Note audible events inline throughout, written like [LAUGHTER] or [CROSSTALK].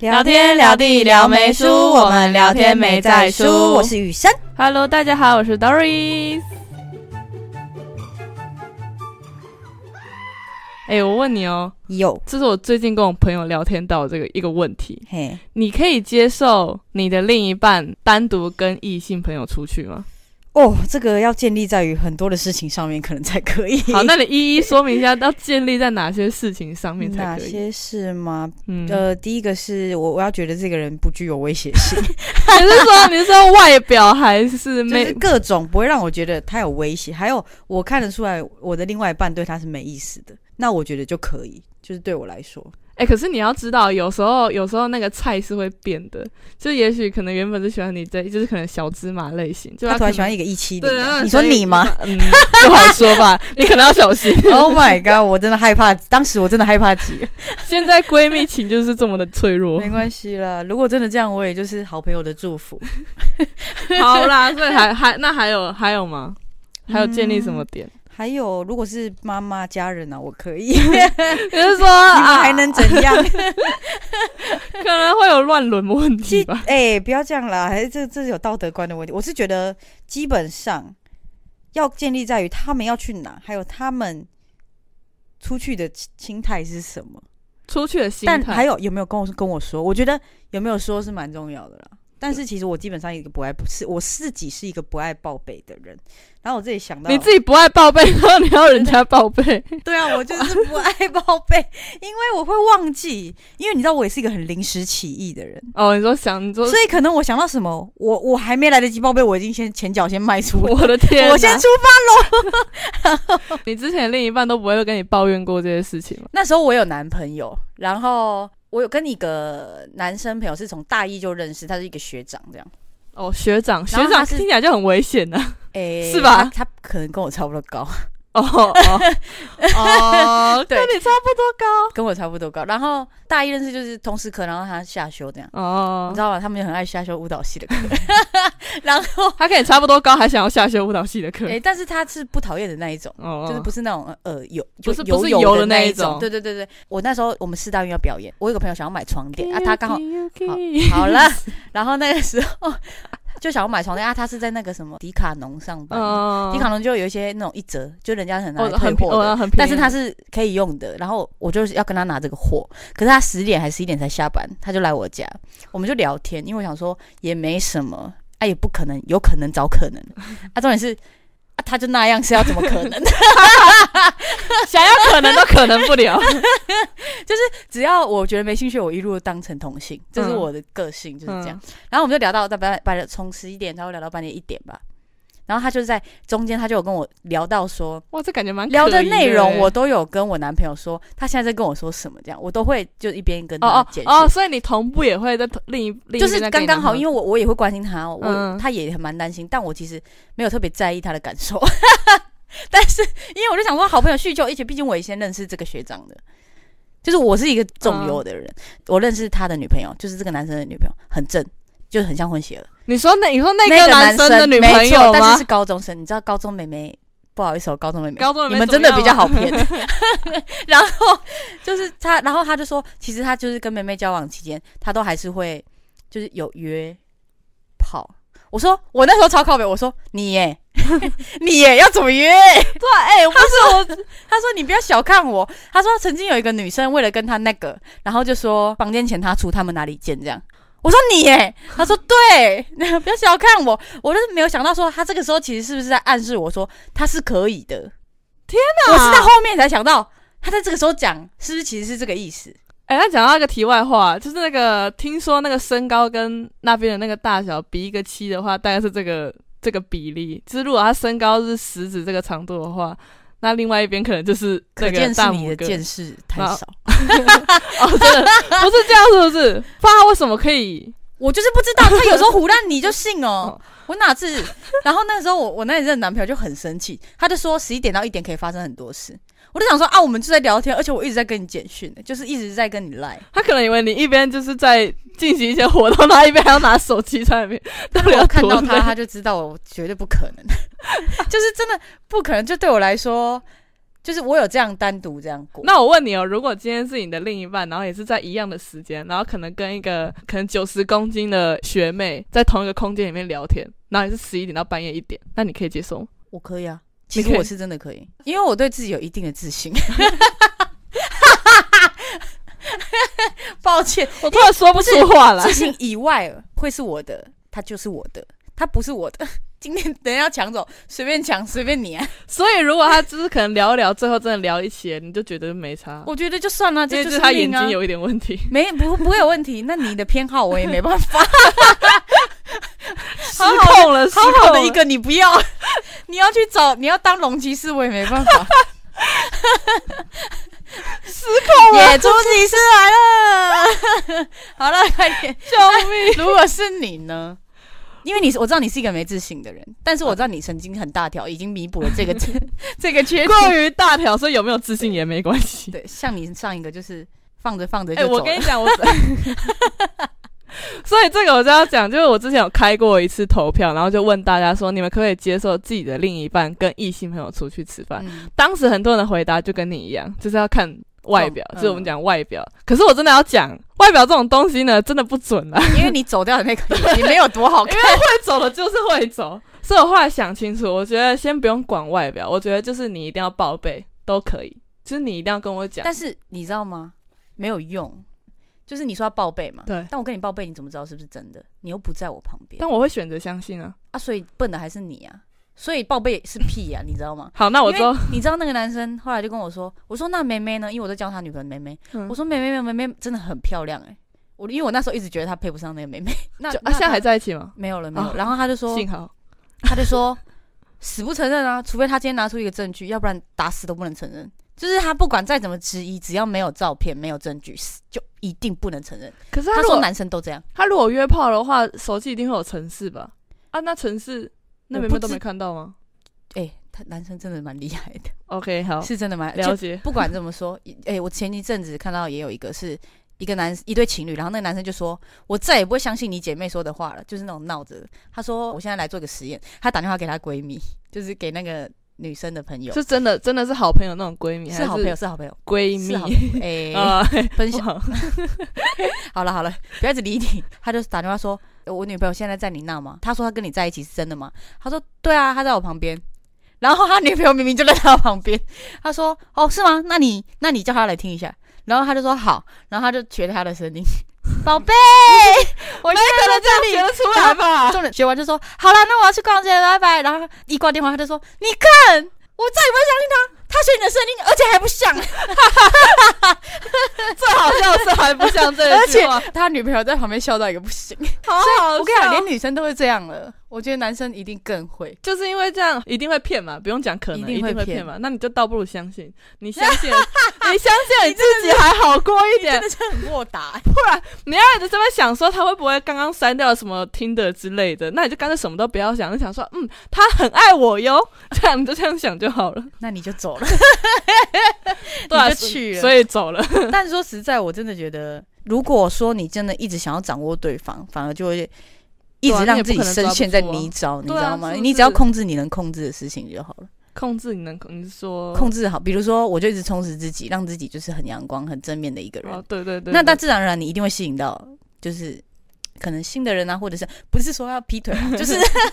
聊天聊地聊没输，我们聊天没在输。我是雨生， Hello，大家好，我是 Doris。哎、我问你哦，有这是我最近跟我朋友聊天到的这个一个问题：嘿，你可以接受你的另一半单独跟异性朋友出去 [LAUGHS] 吗？哦，这个要建立在于很多的事情上面，可能才可以。 [LAUGHS] 好，那你一一说明一下， [LAUGHS] 要建立在哪些事情上面才哪 [LAUGHS] 可以？些事吗？嗯， [LAUGHS] 呃，第一个是我我要觉得这个人不具有威胁性，你是说你是说外表还是就 [LAUGHS] 没？是各种不会让我觉得他有威胁，还有我看得出来我的另外一半对他是没意思的，那我觉得就可以，就是对我来说，哎、可是你要知道，有时候有时候那个菜是会变的，就也许可能原本是喜欢你这，就是可能小芝麻类型，就他突啊可能然喜欢一个一七零对，的，那你说所以你吗？？嗯， [LAUGHS] 不好说吧，哦你可能要小 [LAUGHS] 心。 ？Oh my god！我真的害怕，当时我真的害怕极了。现在闺蜜情就是这么的脆弱没。关系啦，如果真的这样，我也就是好朋友的祝 [LAUGHS] 福。好啦，所以还还那还有还有吗？嗯还有建立什么点？还有，如果是妈妈家人啊，我可 [LAUGHS] 以，你是说你们啊，还能怎 [LAUGHS] 样？可能会有乱伦的问基题吧？哎、不要这样啦，还是这这是有道德观的问题。我是觉得基本上要建立在于他们要去哪，还有他们出去的心心态是什么。出去的心但还态，有有没有跟我跟我说？我觉得有没有说是蛮重要的啦。但是其实我基本上一个不爱是我自己是一个不爱报备的人。然后我自己想到你自己不爱报备，然后你要人家报备，对 [LAUGHS] 啊，我就是不爱报备， [LAUGHS] 因为我会忘记。因为你知道，我也是一个很临时起意的人， [LAUGHS] 哦，你说想，你说所以可能我想到什么，我我还没来得及报备，我已经先前脚先迈出了， [LAUGHS] 我的天哪，我先出发。你之前另一半都不会跟你抱怨过这些事情吗？那时候我有男朋友，然后我有跟一个男生朋友是从大一就认识，他是一个学长，这样，哦，学长，学然后长他是听起来就很危险呢、诶，是吧他？他可能跟我差不多高， [LAUGHS] 哦 [LAUGHS] 哦哦，对跟你差不多高跟我差不多高。然后大一认识就是同时课，然后他下修这样。你知哦。道吗？他们就很爱下修舞蹈系的课， [LAUGHS] 然 [LAUGHS] 后他跟你差不多高，还想要下修舞蹈系的课、诶，但是他是不讨厌的那一种。哦，就是不是那种呃游，不就是不游是游游的的那一一种对对对对，我那时候我们四大运要表演，我有个朋友想要买床垫啊，他刚好好好了，然后那个时候就想要买床垫啊，他是在那个什么迪卡侬上班嘛，嗯，迪卡侬就有一些那种一折，就人家很拿来哦退很便货哦的。很便宜，但是他是可以用的，然后我就是要跟他拿这个货，可是他十点还十一点才下班，他就来我家，我们就聊天，因为我想说也没什么，啊也不可能，有可能找可能，啊重点是啊他就那样是要怎么可能？想要可能都可能不了，只要我觉得没兴趣，我一路当成同性，这是嗯我的个性， [LAUGHS] 就是这样。嗯然后我们就聊到大半半从十一点，然后聊到半夜一点吧。然后他就在中间，他就有跟我聊到说，哇，这感觉蛮聊的内容我我都有跟我男朋友说，他现在在跟我说什么，这样我都会就一边跟哦他哦解释，哦，所以你同步也会在同另一另一就是刚刚好，因为为我我也会关心他，我、嗯他也很蛮担心，但我其实没有特别在意他的感受， [LAUGHS] 但是因为我就想说好朋友叙旧，而且毕竟我也先认识这个学长的，就是我是一个重嗯油的人，我认识他的女朋友，就是这个男生的女朋友，很正，就很像混血儿，你说那你说那个个男生生的女朋没错友但吗是是？高中生，你知道高中妹妹。不好意思、哦，高中妹妹，高中妹妹你们真怎的么样比较啊好骗。 [LAUGHS] 然后就是他，然后他就说，其实他就是跟妹妹交往期间，他都还是会就是有约炮。我说我那时候超靠北，我说你耶， [LAUGHS] 你耶要怎么约？对，哎、我不他说你不要小看我。他说曾经有一个女生为了跟他那个，然后就说房间钱他出，他们哪里见这样。我说你耶，他说对， [LAUGHS] 不要小看我。我就是没有想到说他这个时候其实是不是在暗示我说他是可以的。哪我是啊在后面才想到，他在这个时候讲，是不是其实是这个意 [LAUGHS] 思？哎、那讲到一个题外话，就是那个听说那个身高跟那边的那个大小比一个七的话，大概是这个这个比例。就是如果他身高是食指这个长度的话，那另外一边可能就是可那见个是大你拇的哥。见识太那少。哦，真的不是这样，是不是？不知道为什么可以我就是不知道，他有时候胡乱你就信哦哦。我哪 [LAUGHS] 次？然后那时候我我那一任男朋友就很生气，他就说十一点到一点可以发生很多事。我就想说啊，我们就在聊天，而且我一直在跟你简讯，就是一直在跟你 [LAUGHS] 赖。他可能以为你一边就是在进行一些活动， [LAUGHS] 然后一边还要拿手机在那边，到底我要哦看多到他，累 [LAUGHS] 他就知道我绝对不可能，就是真的不可能。就对我来说，就是我有这样单独这样过。那我问你哦，如果今天是你的另一半，然后也是在一样的时间，然后可能跟一个可能九十公斤的学妹在同一个空间里面聊天，然后也是十一点到半夜一点，那你可以接受吗？我可以啊，其你实可以我是真的可以，因为我对自己有一定的自 [LAUGHS] 信。抱歉，我突然说不出话来自。信以外会是我的，它就是我的，它不是我的。 [LAUGHS] 今天等人要抢走，随便抢，随便你、啊。 [LAUGHS] 所以如果他就是可能聊一聊，最后真的聊一起了，你就觉得没差， [LAUGHS] 我觉得就算了，因这为就就是是他眼命啊睛有一点问题，没不不会有问题。那你的偏好我也没办法，[LAUGHS] 失好好的控了， [LAUGHS] 失好好控的了一。个你不要， [LAUGHS] 你要去找你要当龙骑士我也没办法。失控了，野猪骑士来了。 [LAUGHS] 好了，快点，救命！啊如果是你呢？因为你是我知道你是一个没自信的人，但是我知道你神经很大条，已经弥补了 [LAUGHS] 这个这这个缺哎 [LAUGHS] 过点。于大条，所以有没有自信也没关系。对，像你上一个就是放着放着哎、就我走了。跟你讲，我 [LAUGHS] 所以这个我就要讲，就是我之前有开过一次投票，然后就问大家说，你们可不可以接受自己的另一半跟异性朋友出去吃饭？嗯当时很多人的回答就跟你一样，就是要看外表，嗯就是我们讲外表。可是我真的要讲，外表这种东西呢，真的不准 [LAUGHS] 啊，因为你走掉的那个也没有多好看。会走的就是会走。所以我后来想清楚，我觉得先不用管外表，我觉得就是你一定要报备都可以，就是你一定要跟我讲。但是你知道吗？没有用，就是你说要报备嘛。对但我跟你报备，你怎么知道是不是真的？你又不在我旁边但我会选择相信啊。啊，所以笨的还是你啊。所以报备是屁啊呀、你知道吗？好，哦那我之后因为你知道那个男生后来就跟我说，我说那梅梅呢？因为我在教他女朋友梅梅，嗯我说梅梅梅梅梅真的很漂亮哎、我因为我那时候一直觉得她配不上那个梅梅， [LAUGHS] 那就、那啊、现在还她在一起吗？没有了没有了哦然后他就说，幸好。他就说死不承认啊，除非他今天拿出一个证据，要不然打死都不能承认。就是他不管再怎么质疑，只要没有照片、没有证据，死就一定不能承认。可是他他如说果男生都这样，他如果约炮的话，手机一定会有城市吧？啊，那城市那我边不都知没看到吗哎、他男生真的蛮厉害 [LAUGHS] 的， ？OK，好，是真的蛮了就解。不管怎么说，哎、我前一阵子看到也有一个是一个男一对情侣，然后那个男生就说：“我再也不会相信你姐妹说的话了。”就是那种闹着，他说：“我现在来做个实验。”他打电话给他闺蜜，就是给那个女生的朋友，是真的，真的是好朋友那种闺蜜，是好朋友，是好朋友，闺是好蜜朋友。哎、[LAUGHS] 啊？分享。好好了好了，不要一直理你。他就打电话说，呃我女朋友现在在你那吗？他说他跟你在一起是真的吗？他说对啊，他在我旁边。然后他女朋友明明就在他旁边，他说哦是吗？那你那你叫他来听一下。然后他就说好，然后他就学了他的声音， [LAUGHS] 宝 [LAUGHS] 贝，我现在在这里学得出来吧？重点学完就说好了，那我要去逛街了，拜拜。然后一挂电话，他就说你看，我再也不会相信他，他学你的声音，而且还不像。 [LAUGHS] 最好笑的是还不像这而一句且话，他女朋友在旁边笑到一个不行。好好我跟你讲，笑连。女生都会这样了，我觉得男生一定更会。 [LAUGHS] 就是因为这样一定会骗嘛，不用讲可能一定定会会骗骗嘛，那你就倒不如相信，你相 [LAUGHS] 信了，你相信了你自己还好过一点，是很豁达、你要一直在那边想说他会不会刚刚删掉什么听的之类的，那你就干脆什么都不要想，就想说嗯，他很爱我哟， [LAUGHS] 这样你就这样想就好了。 [LAUGHS] 那你就走 [LAUGHS] 了，对啊，你就去了。所以走了。但说实在，我真的觉得，如果说你真的一直想要掌握对方，反而就会一直让自己深陷在泥沼，你对知啊道你吗？也不可能抓不住啊对啊是不是你只要控制你能控制的事情就好了。控制你能控，你是说控制好，比如说，我就一直充实自己，让自己就是很阳光、很正面的一个人。哦，对对对。那对那自然而然，你一定会吸引到，就是可能新的人啊，或者是不是说要劈腿、啊，就是 [LAUGHS]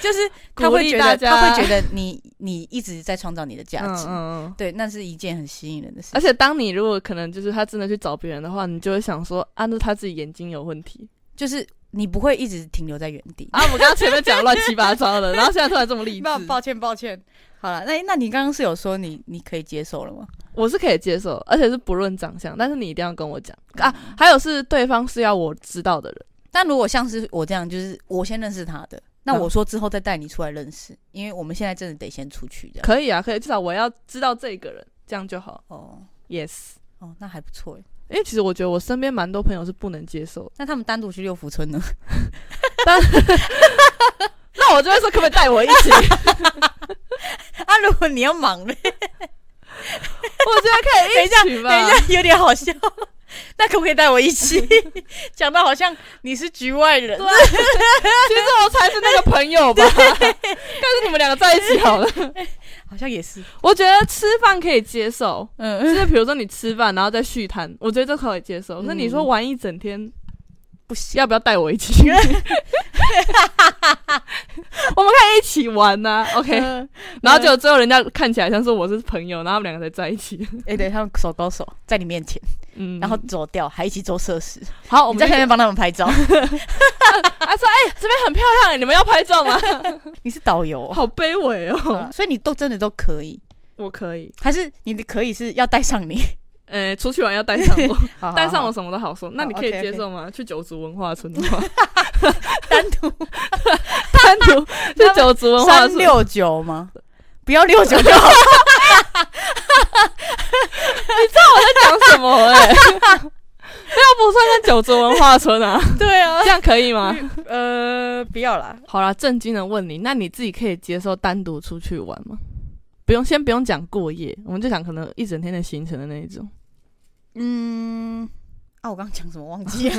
就是他鼓会励觉大得家他会觉得你你一直在创造你的价嗯值，嗯嗯。对，那是一件很吸引人的事而情。且当你如果可能就是他真的去找别人的话，你就会想说啊，那他自己眼睛有问题就是你不会一直停留在原地。啊。我们刚刚前面讲乱七八 [LAUGHS] 糟的，然后现在突然这么励志，歉抱歉，好了，那那你刚刚是有说你你可以接受了吗？我是可以接受，而且是不论长相，但是你一定要跟我讲啊。嗯还有是对方是要我知道的人。但如果像是我这样，就是我先认识他的，那我说之后再带你出来认识，因为我们现在真的得先出去这样。可以啊，可以，至少我要知道这个人，这样就好。哦 Yes，哦，那还不错哎。因为其实我觉得我身边蛮多朋友是不能接受的， [LAUGHS] 那他们单独去六福村呢？那我就会说可不可以带 [LAUGHS] 我一起？ [LAUGHS] 啊，如果你要忙嘞，我觉得可以一起吧。 [LAUGHS] 等一下有点好笑。 [LAUGHS] 那可不可以带我一 [LAUGHS] 起？讲的好像你是局外人对。啊， [LAUGHS] 其实我才是那个朋友吧。但是你们两个在一起好了。好像也是， [LAUGHS] 我觉得吃饭可以接 [LAUGHS] 受，[LAUGHS] 就嗯，是比如说你吃饭然后再续谈，我觉得这可以接受。可是你说嗯玩一整天，不行，要不要带我一起？ [LAUGHS] 我们可以一起玩呐、OK，嗯然后结果最后人家看起来像是我是朋友，然后他们两个才在一起。 [LAUGHS] 哎，对他们手勾手在你面前，嗯，然后走掉，还一起做设施，好，我你们在在下面帮他们拍 [LAUGHS] 照，他说，哎、这边很漂亮，你们要拍 [LAUGHS] 照吗？你是导游 [LAUGHS] 哦，好卑微哦，所以你都真的都可以，我可以。还是你的可以是要带上你，呃、出去玩要带上 [LAUGHS] 我， [LAUGHS] 好好带上好我什么都好说。那你可以 OK，OK 接受吗？去九族文化村的 [LAUGHS] 话，单独 [LAUGHS] 单 [LAUGHS] 独去九族文化三村，六九吗？不要六九就好，讲什么、 [LAUGHS] 哎，那不算是九族文化村 [LAUGHS] 啊，对啊这，样可以吗？ [LAUGHS] 呃，不要啦，好啦，正经的问你，那你自己可以接受单独出去玩吗？不用，先不用讲过夜，我们就讲可能一整天的行程的那一种。嗯，啊，我刚刚讲什么忘记了，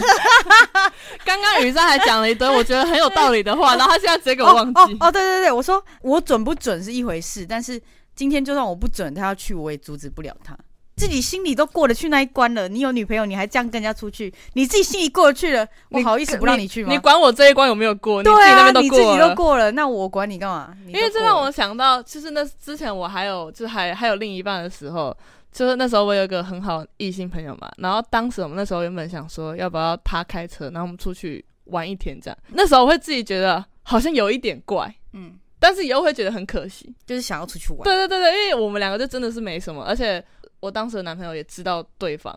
[LAUGHS] 刚刚雨珊还讲了一堆我觉得很有道理的话，然后她现在直接给我忘哦记。哦，对对对，我说我准不准是一回事，但是今天就算我不准，他要去我也阻止不了他。自己心里都过得去那一关了，你有女朋友，你还这样跟人家出去，你自己心里过得去了，我你好意思不让你去吗？ [LAUGHS] 你管我这一关有没有过？你对自己那啊，边都你自己了都。过了，那我管你干嘛？因因为这让我想到，就是那之前我还有，就还还有另一半的时候，就是那时候我有一个很好的异性朋友嘛，然后当时我们那时候原本想说，要不要他开车，然后我们出去玩一天这样。那时候我会自己觉得好像有一点怪，嗯，但是又会觉得很可惜。就是想要出去玩，对对对对，因为我们两个就真的是没什么，而且我当时的男朋友也知道对方，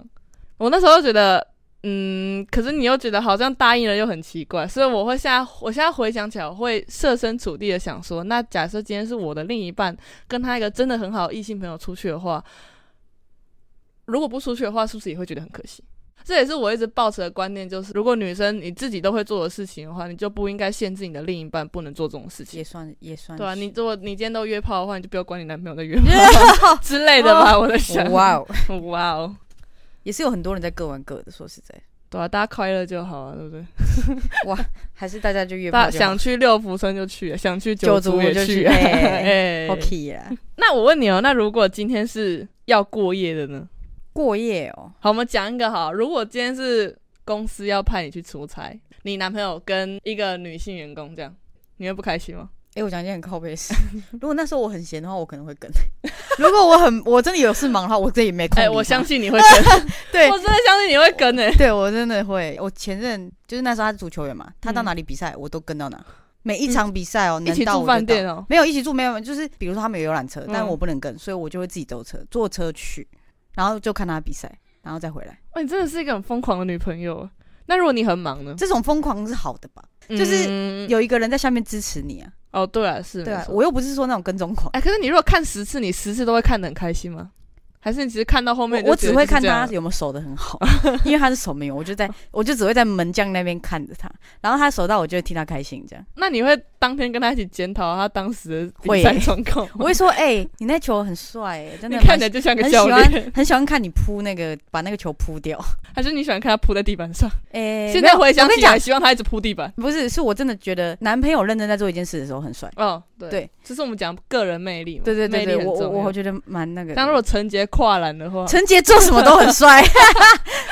我那时候觉得。嗯，可是你又觉得好像答应了又很奇怪，所以我会现在，我现在回想起来，我会设身处地的想说，那假设今天是我的另一半跟他一个真的很好的异性朋友出去的话，如果不出去的话，是不是也会觉得很可惜？这也是我一直抱持的观念，就是如果女生你自己都会做的事情的话，你就不应该限制你的另一半不能做这种事情也。算也算哦对啊，是你如果你今天都约炮的话，你就不要管你男朋友 [LAUGHS] 在约炮之类的吧。我在想，哇哦， [LAUGHS] 哇哦，也是有很多人在各玩各的，说实在，对啊，大家快乐就好啊，对不对？还是大家就约大炮家就好想去六福村就去，想去九族族也就去。去 [LAUGHS] 哎哎，，OK 啦，那我问你哦，那如果今天是要过夜的呢？过夜哦，好，我们讲一个好。如果今天是公司要派你去出差，你男朋友跟一个女性员工这样，你会不开心吗？哎、我讲一件很靠背的 [LAUGHS] 事。如果那时候我很闲的话，我可能会跟； [LAUGHS] 如果我很我真的有事忙的话，我这也没空理哎、他。我相信你会 [LAUGHS] 跟，对我真的相信你会跟欸诶、对，我真的会。我前任就是那时候他是足球员嘛，他到嗯哪里比赛我都跟到哪，每一场比赛哦，一能起到我住就饭店到。哦。没有一起住，没有，就是比如说他们有游览车，但嗯我不能跟，所以我就会自己坐车坐车去，然后就看他比赛，然后再回来。哦，你真的是一个很疯狂的女朋友。那如果你很忙呢？这种疯狂是好的吧？就是嗯有一个人在下面支持你啊，哦，对啊，是对没啊，错我又不是说那种跟踪狂。哎，可是你如果看十次，你十次都会看得很开心吗？还是你只是看到后面你我就我觉得只会就是看这样他有没有守得很好， [LAUGHS] 因为他是守门员，我就在我就只会在门将那边看着他，然后他守到我就会替他开心这样。那你会当天跟他一起检讨他当时的比会赛耶状况吗？我会 [LAUGHS] 说，哎、你那球很帅、欸，真你的蛮看起来就像个很教喜练欢，，很喜欢看你扑那个把那个球扑掉。 [LAUGHS] 还是你喜欢看他扑在地板上？ [LAUGHS] 哎、现没在有回想我跟起你来，讲，希望他一直扑地板。不是，是我真的觉得男朋友认真在做一件事的时候很帅。哦，对对，这是我们讲个人魅力嘛，对对对魅对，力我很我重我要。觉得蛮那个的。但如 [LAUGHS] 果陈杰跨栏的话，陈杰做什么都很 [LAUGHS] 帅，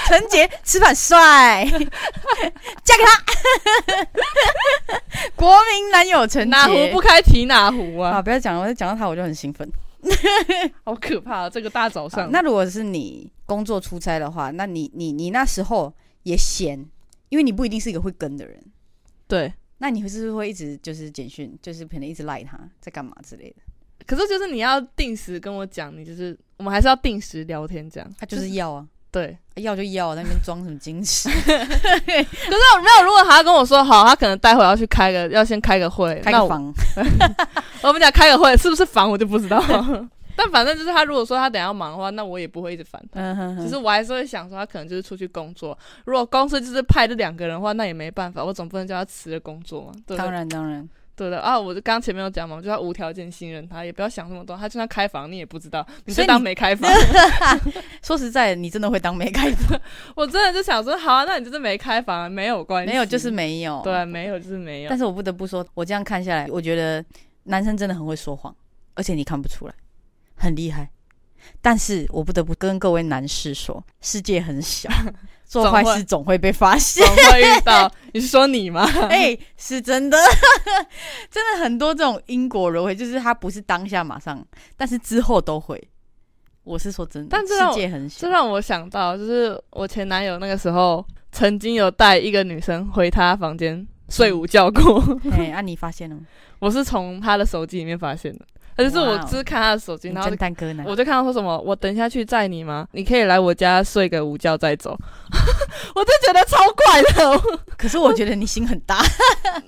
陈杰吃饭帅， [LAUGHS] 嫁给他， [LAUGHS] 国民男友陈哪壶杰不。开提哪壶啊啊，，不要讲了，我讲到他我就很兴奋。好可怕啊！这个大早好上，那如果是你工作出差的话，那你你你那时候也闲，因为你不一定是一个会跟的人，对，那你是不是会一直就是简讯，就是可能一直赖他在干嘛之类的？可是就是你要定时跟我讲，你就是我们还是要定时聊天这样。他就是要啊，对，要就要啊，在那边装什么矜持，可是我没有，如果他跟我说好，他可能待会要去开个，要先开个会， [LAUGHS] 开那个我 [LAUGHS] 房，我们讲开个会是不是烦我就不 [LAUGHS] 知道。但反正就是他如果说他等一下要忙的话，那我也不会一直烦他。嗯哼只哼是我还是会想说，他可能就是出去工作。如果公司就是派这两个人的话，那也没办法，我总不能叫他辞了工作嘛，对不当对？然当然，对的啊，我就刚前面有讲嘛，我就要无条件信任他，也不要想那么多。他就算开房，你也不知道，你所以就当你没开房。说实在的，你真的会当没开房，我真的就想说，好啊，那你就是没开房，没有关系， [LAUGHS] 啊没有就是没有，对，没有就是没有但。是我不得不说，我这样看下来，我觉得男生真的很会说谎。而且你看不出来，很厉害。但是我不得不跟各位男士说，世界很 [LAUGHS] 小，做坏事总会被发现总。会遇到。 [LAUGHS] 你是说你吗？哎、是真的，真的很多这种因果轮回，就是它不是当下马上，但是之后都会。我是说真的，但这让世我界很小这，让我想到，就是我前男友那个时候曾经有带一个女生回他房间睡午觉过， [LAUGHS] 哎，啊，你发现了吗？我是从他的手机里面发现的，而且是我哇哦只是看他嗯的手机，然后侦就探柯南，我就看到说什么，我等一下去载你吗？你可以来我家睡个午觉再走， [LAUGHS] 我就觉得超怪的。可是我觉得你心很 [LAUGHS] 大，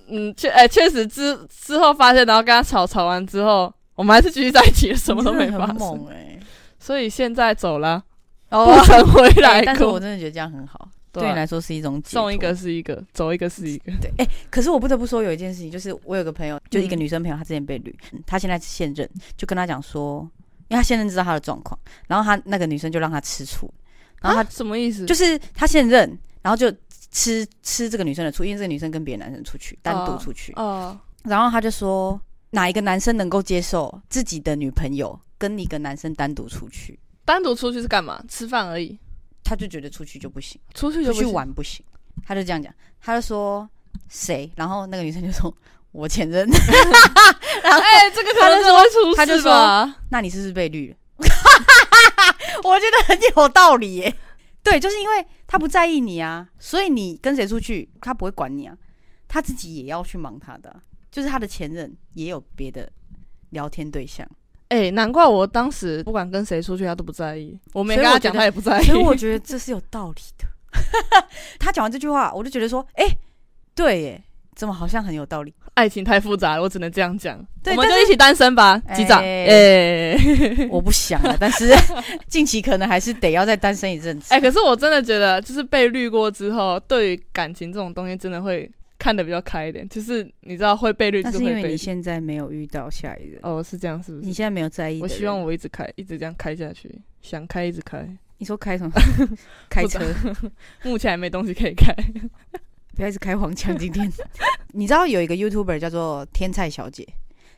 嗯，确哎确实之之后发现，然后跟他吵吵完之后，我们还是继续在一起，什么都没你真的发很生。猛 [LAUGHS] 哎。所以现在走了，哦不曾回来哎但是我过。真的觉得这样很好，对对你啊来说是一种解脱送一个。是一个，走一个是一个。对，哎、可是我不得不说有一件事情，就是我有个朋友，就嗯一个女生朋友，她之前被绿，嗯她现在是现任，就跟她讲说，因为她现任知道她的状况，然后她那个女生就让她吃醋，然后她啊什么意思？就是她现任，然后就吃吃这个女生的醋，因为这个女生跟别的男生出去，单独哦出去，哦，然后她就说，哪一个男生能够接受自己的女朋友跟一个男生单独出去？单独出去是干嘛？吃饭而已，她就觉得出去就不行。出去就出不去 [LAUGHS] 行。玩不行。他就这样讲，他就说谁，然后那个女生就说我前任， [LAUGHS] 哎，这个可能是会出他就事吧？那你是不是被绿了？ [LAUGHS] 我觉得很有道理耶。对，就是因为他不在意你啊，所以你跟谁出去，他不会管你啊，他自己也要去忙他的啊、就是他的前任也有别的聊天对象，哎，难怪我当时不管跟谁出去，他都不在意。我没所以跟我他觉讲，得他也不在意。所以我觉得这是有道理的。 [LAUGHS] 他讲完这句话，我就觉得说，哎、对耶，怎么好像很有道理？ [LAUGHS] 爱情太复杂了，我只能这样讲。对我们但就是一起单身吧，哎机长。哎 [LAUGHS] 我不想了，但是近期可能还是得要再单身一阵子。哎，可是我真的觉得，就是被绿过之后，对于感情这种东西，真的会看得比较开一点。就是你知道会被绿就那是会因被为你绿。现在没有遇到下一任，哦，是这样是不你是？现在没有在意。我希望，我一直开，一直这样开下去，想开一直开。你说开什 [LAUGHS] 么？开车，目前还没东西可以 [LAUGHS] 开。不要一直开黄腔。今 [LAUGHS] 天你知道有一个 YouTuber 叫做天菜小姐，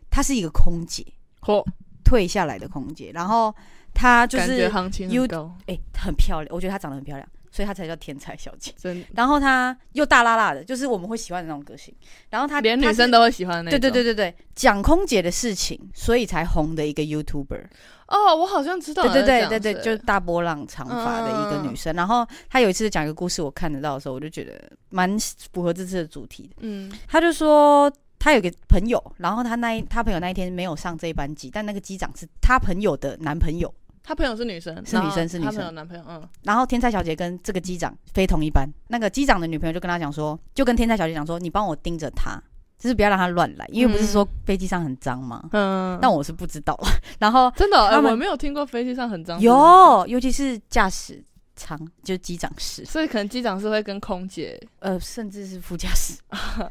她是一个空姐， [LAUGHS] 嚯，退下来的空姐，然后她就感觉是行情 you- 很高，哎、很漂亮，我觉得她长得很漂亮，所以她才叫天菜小姐。真然后她又大辣辣的，就是我们会喜欢的那种个性。然后她连女她是生都会喜欢的那对种。对对对对，讲空姐的事情，所以才红的一个 YouTuber。哦，我好像知道。对对好像对对对，是就是大波浪长发的一个女嗯生。然后她有一次讲一个故事，我看得到的时候，我就觉得蛮符合这次的主题的。嗯她就说她有个朋友，然后她那一她朋友那一天没有上这一班机，但那个机长是她朋友的男朋友。她朋友是女生，是女生然后是女她生朋友男朋友，嗯，然后天才小姐跟这个机长非同一班，那个机长的女朋友就跟她讲说，就跟天才小姐讲说，你帮我盯着她，就是不要让她乱来，因为不是说飞机上很脏吗？嗯，但我是不知道。然后真的哦，哎、他们我没有听过飞机上很脏。，有，尤其是驾驶舱，就是机长室，所以可能机长是会跟空姐。呃，甚至是副驾驶。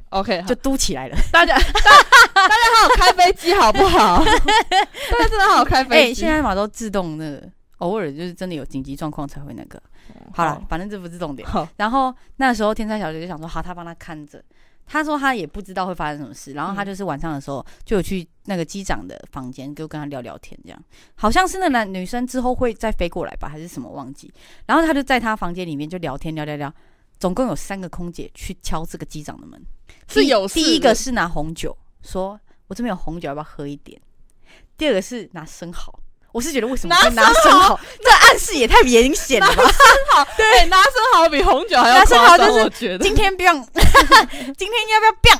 OK， [LAUGHS] 就就嘟起 [LAUGHS] 来了。大家大大家好好开飞机好不 [LAUGHS] 好？大家真的好好开哎、飞机。现在嘛都自动那个，偶尔就是真的有紧急状况才会那个。好了，反正这不是重点。好，好，然后那时候天才小姐就想说，好，她帮她看着。她说她也不知道会发生什么事，然后她嗯就是晚上的时候就有去那个机长的房间，就跟他聊聊天，这样好像是那男女生之后会再飞过来吧，还是什么忘记。然后她就在她房间里面就聊天聊聊聊，总共有三个空姐去敲这个机长的门，是第有事第一个的是拿红酒，说我这边有红酒，要不要喝一点？第二个是拿生蚝，我是觉得为什么拿会拿生蚝？这暗示也太明显了吧！[LAUGHS] [LAUGHS] 对、哎拿生蚝比红酒还拿要生蚝夸就张，是我觉得今天不用， [LAUGHS] 今天要不要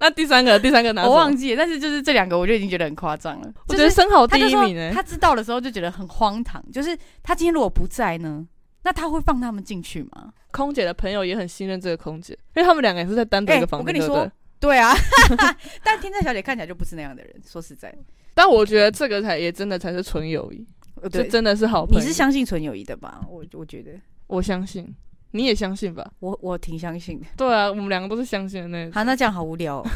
那第三个，第三个拿变？我什么忘记了，但是就是这两个，我就已经觉得很夸张了。我觉得生蚝第他就一说名欸呢，他知道的时候就觉得很荒唐，就是他今天如果不在呢，那他会放他们进去吗？空姐的朋友也很信任这个空姐，因为他们两个也是在单独一哎个房我间，跟你对不对说对啊， [LAUGHS] 但天菜小姐看起来就不是那样的人。说实在，但我觉得这个才也真的才是纯友谊，呃这对，真的是好朋你友。是相信纯友谊的吧？我我觉得，我相信，你也相信吧？我我挺相信的。对啊，我们两个都是相信的 [LAUGHS] 那种，好，那这样好无聊、 [LAUGHS] 哦，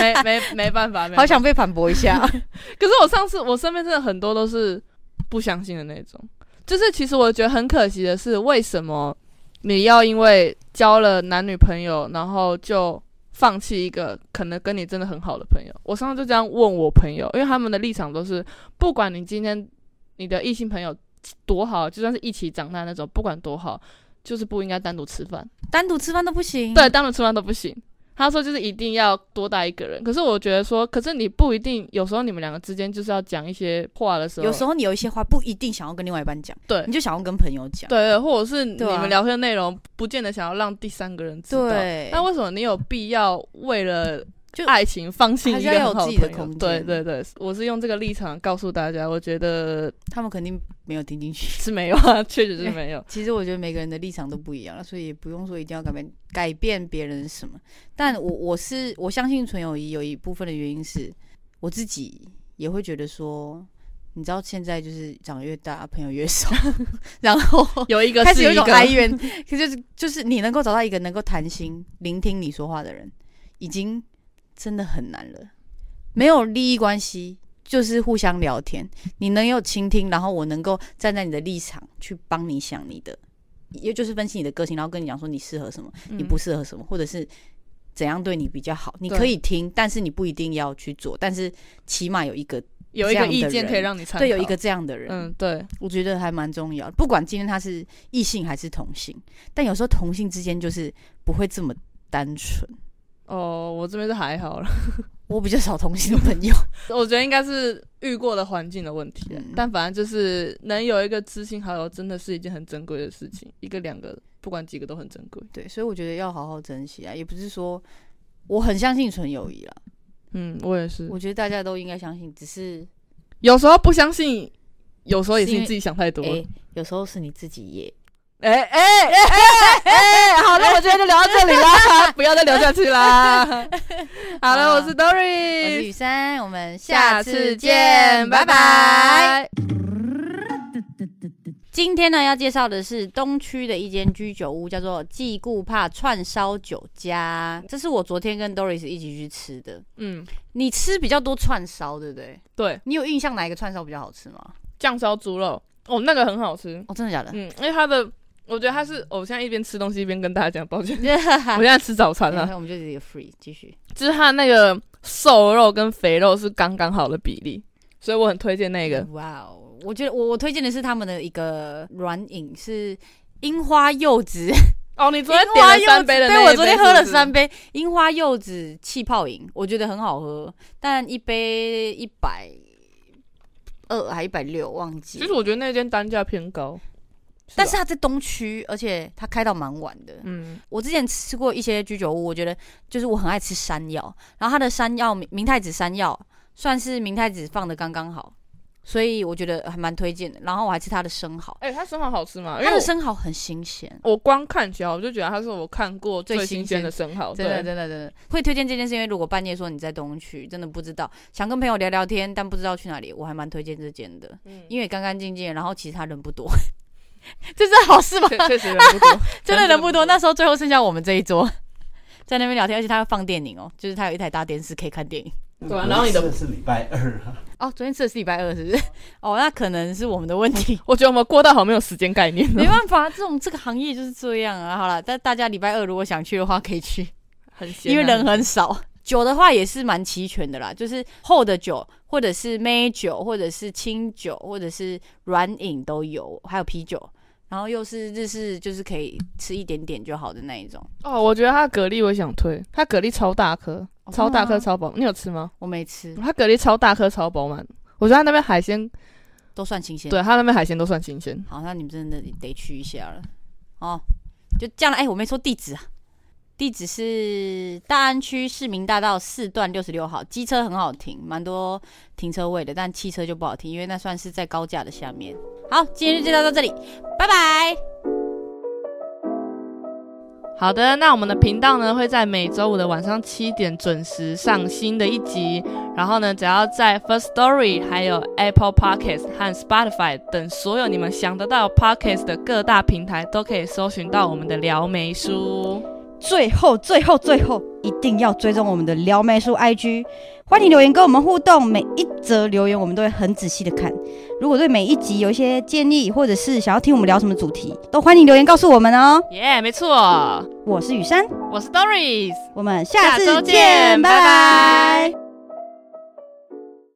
没没没办法，没办法好想。被反驳一下。可是我上次我身边真的很多都是不相信的那种，就是其实我觉得很可惜的是，为什么你要因为交了男女朋友，然后就放弃一个可能跟你真的很好的朋友？我上次就这样问我朋友，因为他们的立场都是，不管你今天你的异性朋友多好，就算是一起长大那种，不管多好，就是不应该单独吃饭。 [LAUGHS] 单独吃饭都不行。对，单独吃饭都不行。他说就是一定要多带一个人，可是我觉得说，可是你不一定，有时候你们两个之间就是要讲一些话的时候，有时候你有一些话不一定想要跟另外一半讲，对你就想要跟朋友讲。对对，或者是你对啊们聊天的内容不见得想要让第三个人知道。对那为什么你有必要为了就爱情放弃还一是个要有很好自己的朋友空间对对对，我是用这个立场告诉大家，我觉得他们肯定没有听进去。 [LAUGHS] 是没有啊， [LAUGHS] 确实是没有。其实我觉得每个人的立场都不一样了，所以也不用说一定要改变改变别人什么。但我我是我相信纯友谊有一部分的原因是我自己也会觉得说，你知道现在就是长越大朋友越少， [LAUGHS] 然后有一 [LAUGHS] 个开是始有一个种哀怨，可是就是就是你能够找到一个能够谈心、聆听你说话的人，已经真的很难了。没有利益关系，就是互相聊天，你能有倾听，然后我能够站在你的立场去帮你想你的，也就是分析你的个性，然后跟你讲说你适合什么，嗯你不适合什么，或者是怎样对你比较好。你对可以听，但是你不一定要去做，但是起码有一个有一这个样的意见人可以让你参考。对有一个这样的人，嗯对我觉得还蛮重要的。不管今天他是异性还是同性，但有时候同性之间就是不会这么单纯。哦，我这边是还好了，我比较少同性的朋友，我觉得应该是遇过的环境的问题啊、嗯但反正就是能有一个知心好友，真的是一件很珍贵的事情，一个两个不管几个都很珍贵。 [LAUGHS] 对，所以我觉得要好好珍惜啊。也不是说我很相信纯友谊啦，嗯，我也是。我觉得大家都应该相信，只是有时候不相信，有时候也是是因你为自己想太多哎、了。有时候是你自己 [LAUGHS] 也哎哎哎哎哎，好了，我今天就聊到这里 [LAUGHS] 啦，不要再聊下去啦。好了，我是我是 Dory，雨珊，我们下下次次见，见，拜拜拜。拜。今天呢，要介绍的是东区的一间居酒屋，叫做季顾帕串烧酒家。这是我昨天跟 Doris 一起去吃的。嗯，你吃比较多串烧，对不对？对，你有印象哪一个串烧比较好吃吗？酱烧猪肉，哦，那个很好吃。哦，真的 [LAUGHS] 假的？嗯，因为它的，我觉得它是，哦我现在一边吃东西一边跟大家讲，抱歉， [LAUGHS] 我现然在吃早餐了。后我们就直接 free 继续。就是它那个瘦肉跟肥肉是刚刚好的比例，所以我很推荐那个。哇哦，我觉得我我推荐的是他们的一个软饮是。樱花柚子，哦，你昨 [LAUGHS] 天樱点花了柚三子，杯的那对一杯我昨天喝了是不是三杯樱花柚子气泡饮，我觉得很好喝，但一杯一百二还一百六，忘记其了实。我觉得那间单价偏高，但是啊它吧在东区，而且它开到蛮晚的。嗯，我之前吃过一些居酒屋，我觉得就是我很爱吃山药，然后它的山药明明太子山药算是明太子放的刚刚好，所以我觉得还蛮推荐的。然后我还吃它的生蚝，哎、它生蚝好吃吗？因它为的我生蚝很新鲜，我光看起来我就觉得它是我看过最新鲜的生蚝，真的对。真的真的会推荐这件事，因为如果半夜说你在东区，真的不知道想跟朋友聊聊天，但不知道去哪里，我还蛮推荐这间的，嗯因为干干净净，然后其实他人不多， [LAUGHS] 这是好 [LAUGHS] 事吧？确确实人不多，真的人不多，真的那时候最后剩下我们这一桌在那边聊天，而且他会放电影哦，就是他有一台大电视可以看电影。对啊然后你的，这是礼拜二啊，哦，昨天吃的是礼拜二，是不是？哦，那可能是我们的问题我觉得我们过到好没有时间概念没哦，办法，这种这个行业就是这样啊。好了，但大家礼拜二如果想去的话，可以去，很闲啊因为人很少。酒的话也是蛮齐全的啦，就是厚的酒，或者是梅酒，或者是清酒，或者是软饮都有，还有啤酒。然后又是日式，就是可以吃一点点就好的那一种。哦，我觉得它的蛤蜊我也想推，它蛤蜊超大颗，哦超大颗真的吗超饱，你有吃吗？我没吃，它蛤蜊超大颗超饱满，我觉得它那边海鲜，都算新鲜。对它那边海鲜都算新鲜。好，那你们真的得去一下了。哦，就这样了。哎、我没说地址啊，地址是大安区市民大道四段六十六号，机车很好停，蛮多停车位的，但汽车就不好停，因为那算是在高架的下面。好，今天就介绍到这里，拜拜。好的，那我们的频道呢会在每周五的晚上七点准时上新的一集。然后呢，只要在 First Story、还有 Apple Podcast 和 Spotify 等所有你们想得到 Podcast 的各大平台，都可以搜寻到我们的撩眉书。最后最后最后一定要追踪我们的撩妹术 IG，欢迎留言跟我们互动，每一则留言我们都会很仔细的看。如果对每一集有一些建议，或者是想要听我们聊什么主题，都欢迎留言告诉我们哦。耶、没错，我是雨珊，我是 Doris。我们下次下周见，见拜拜拜拜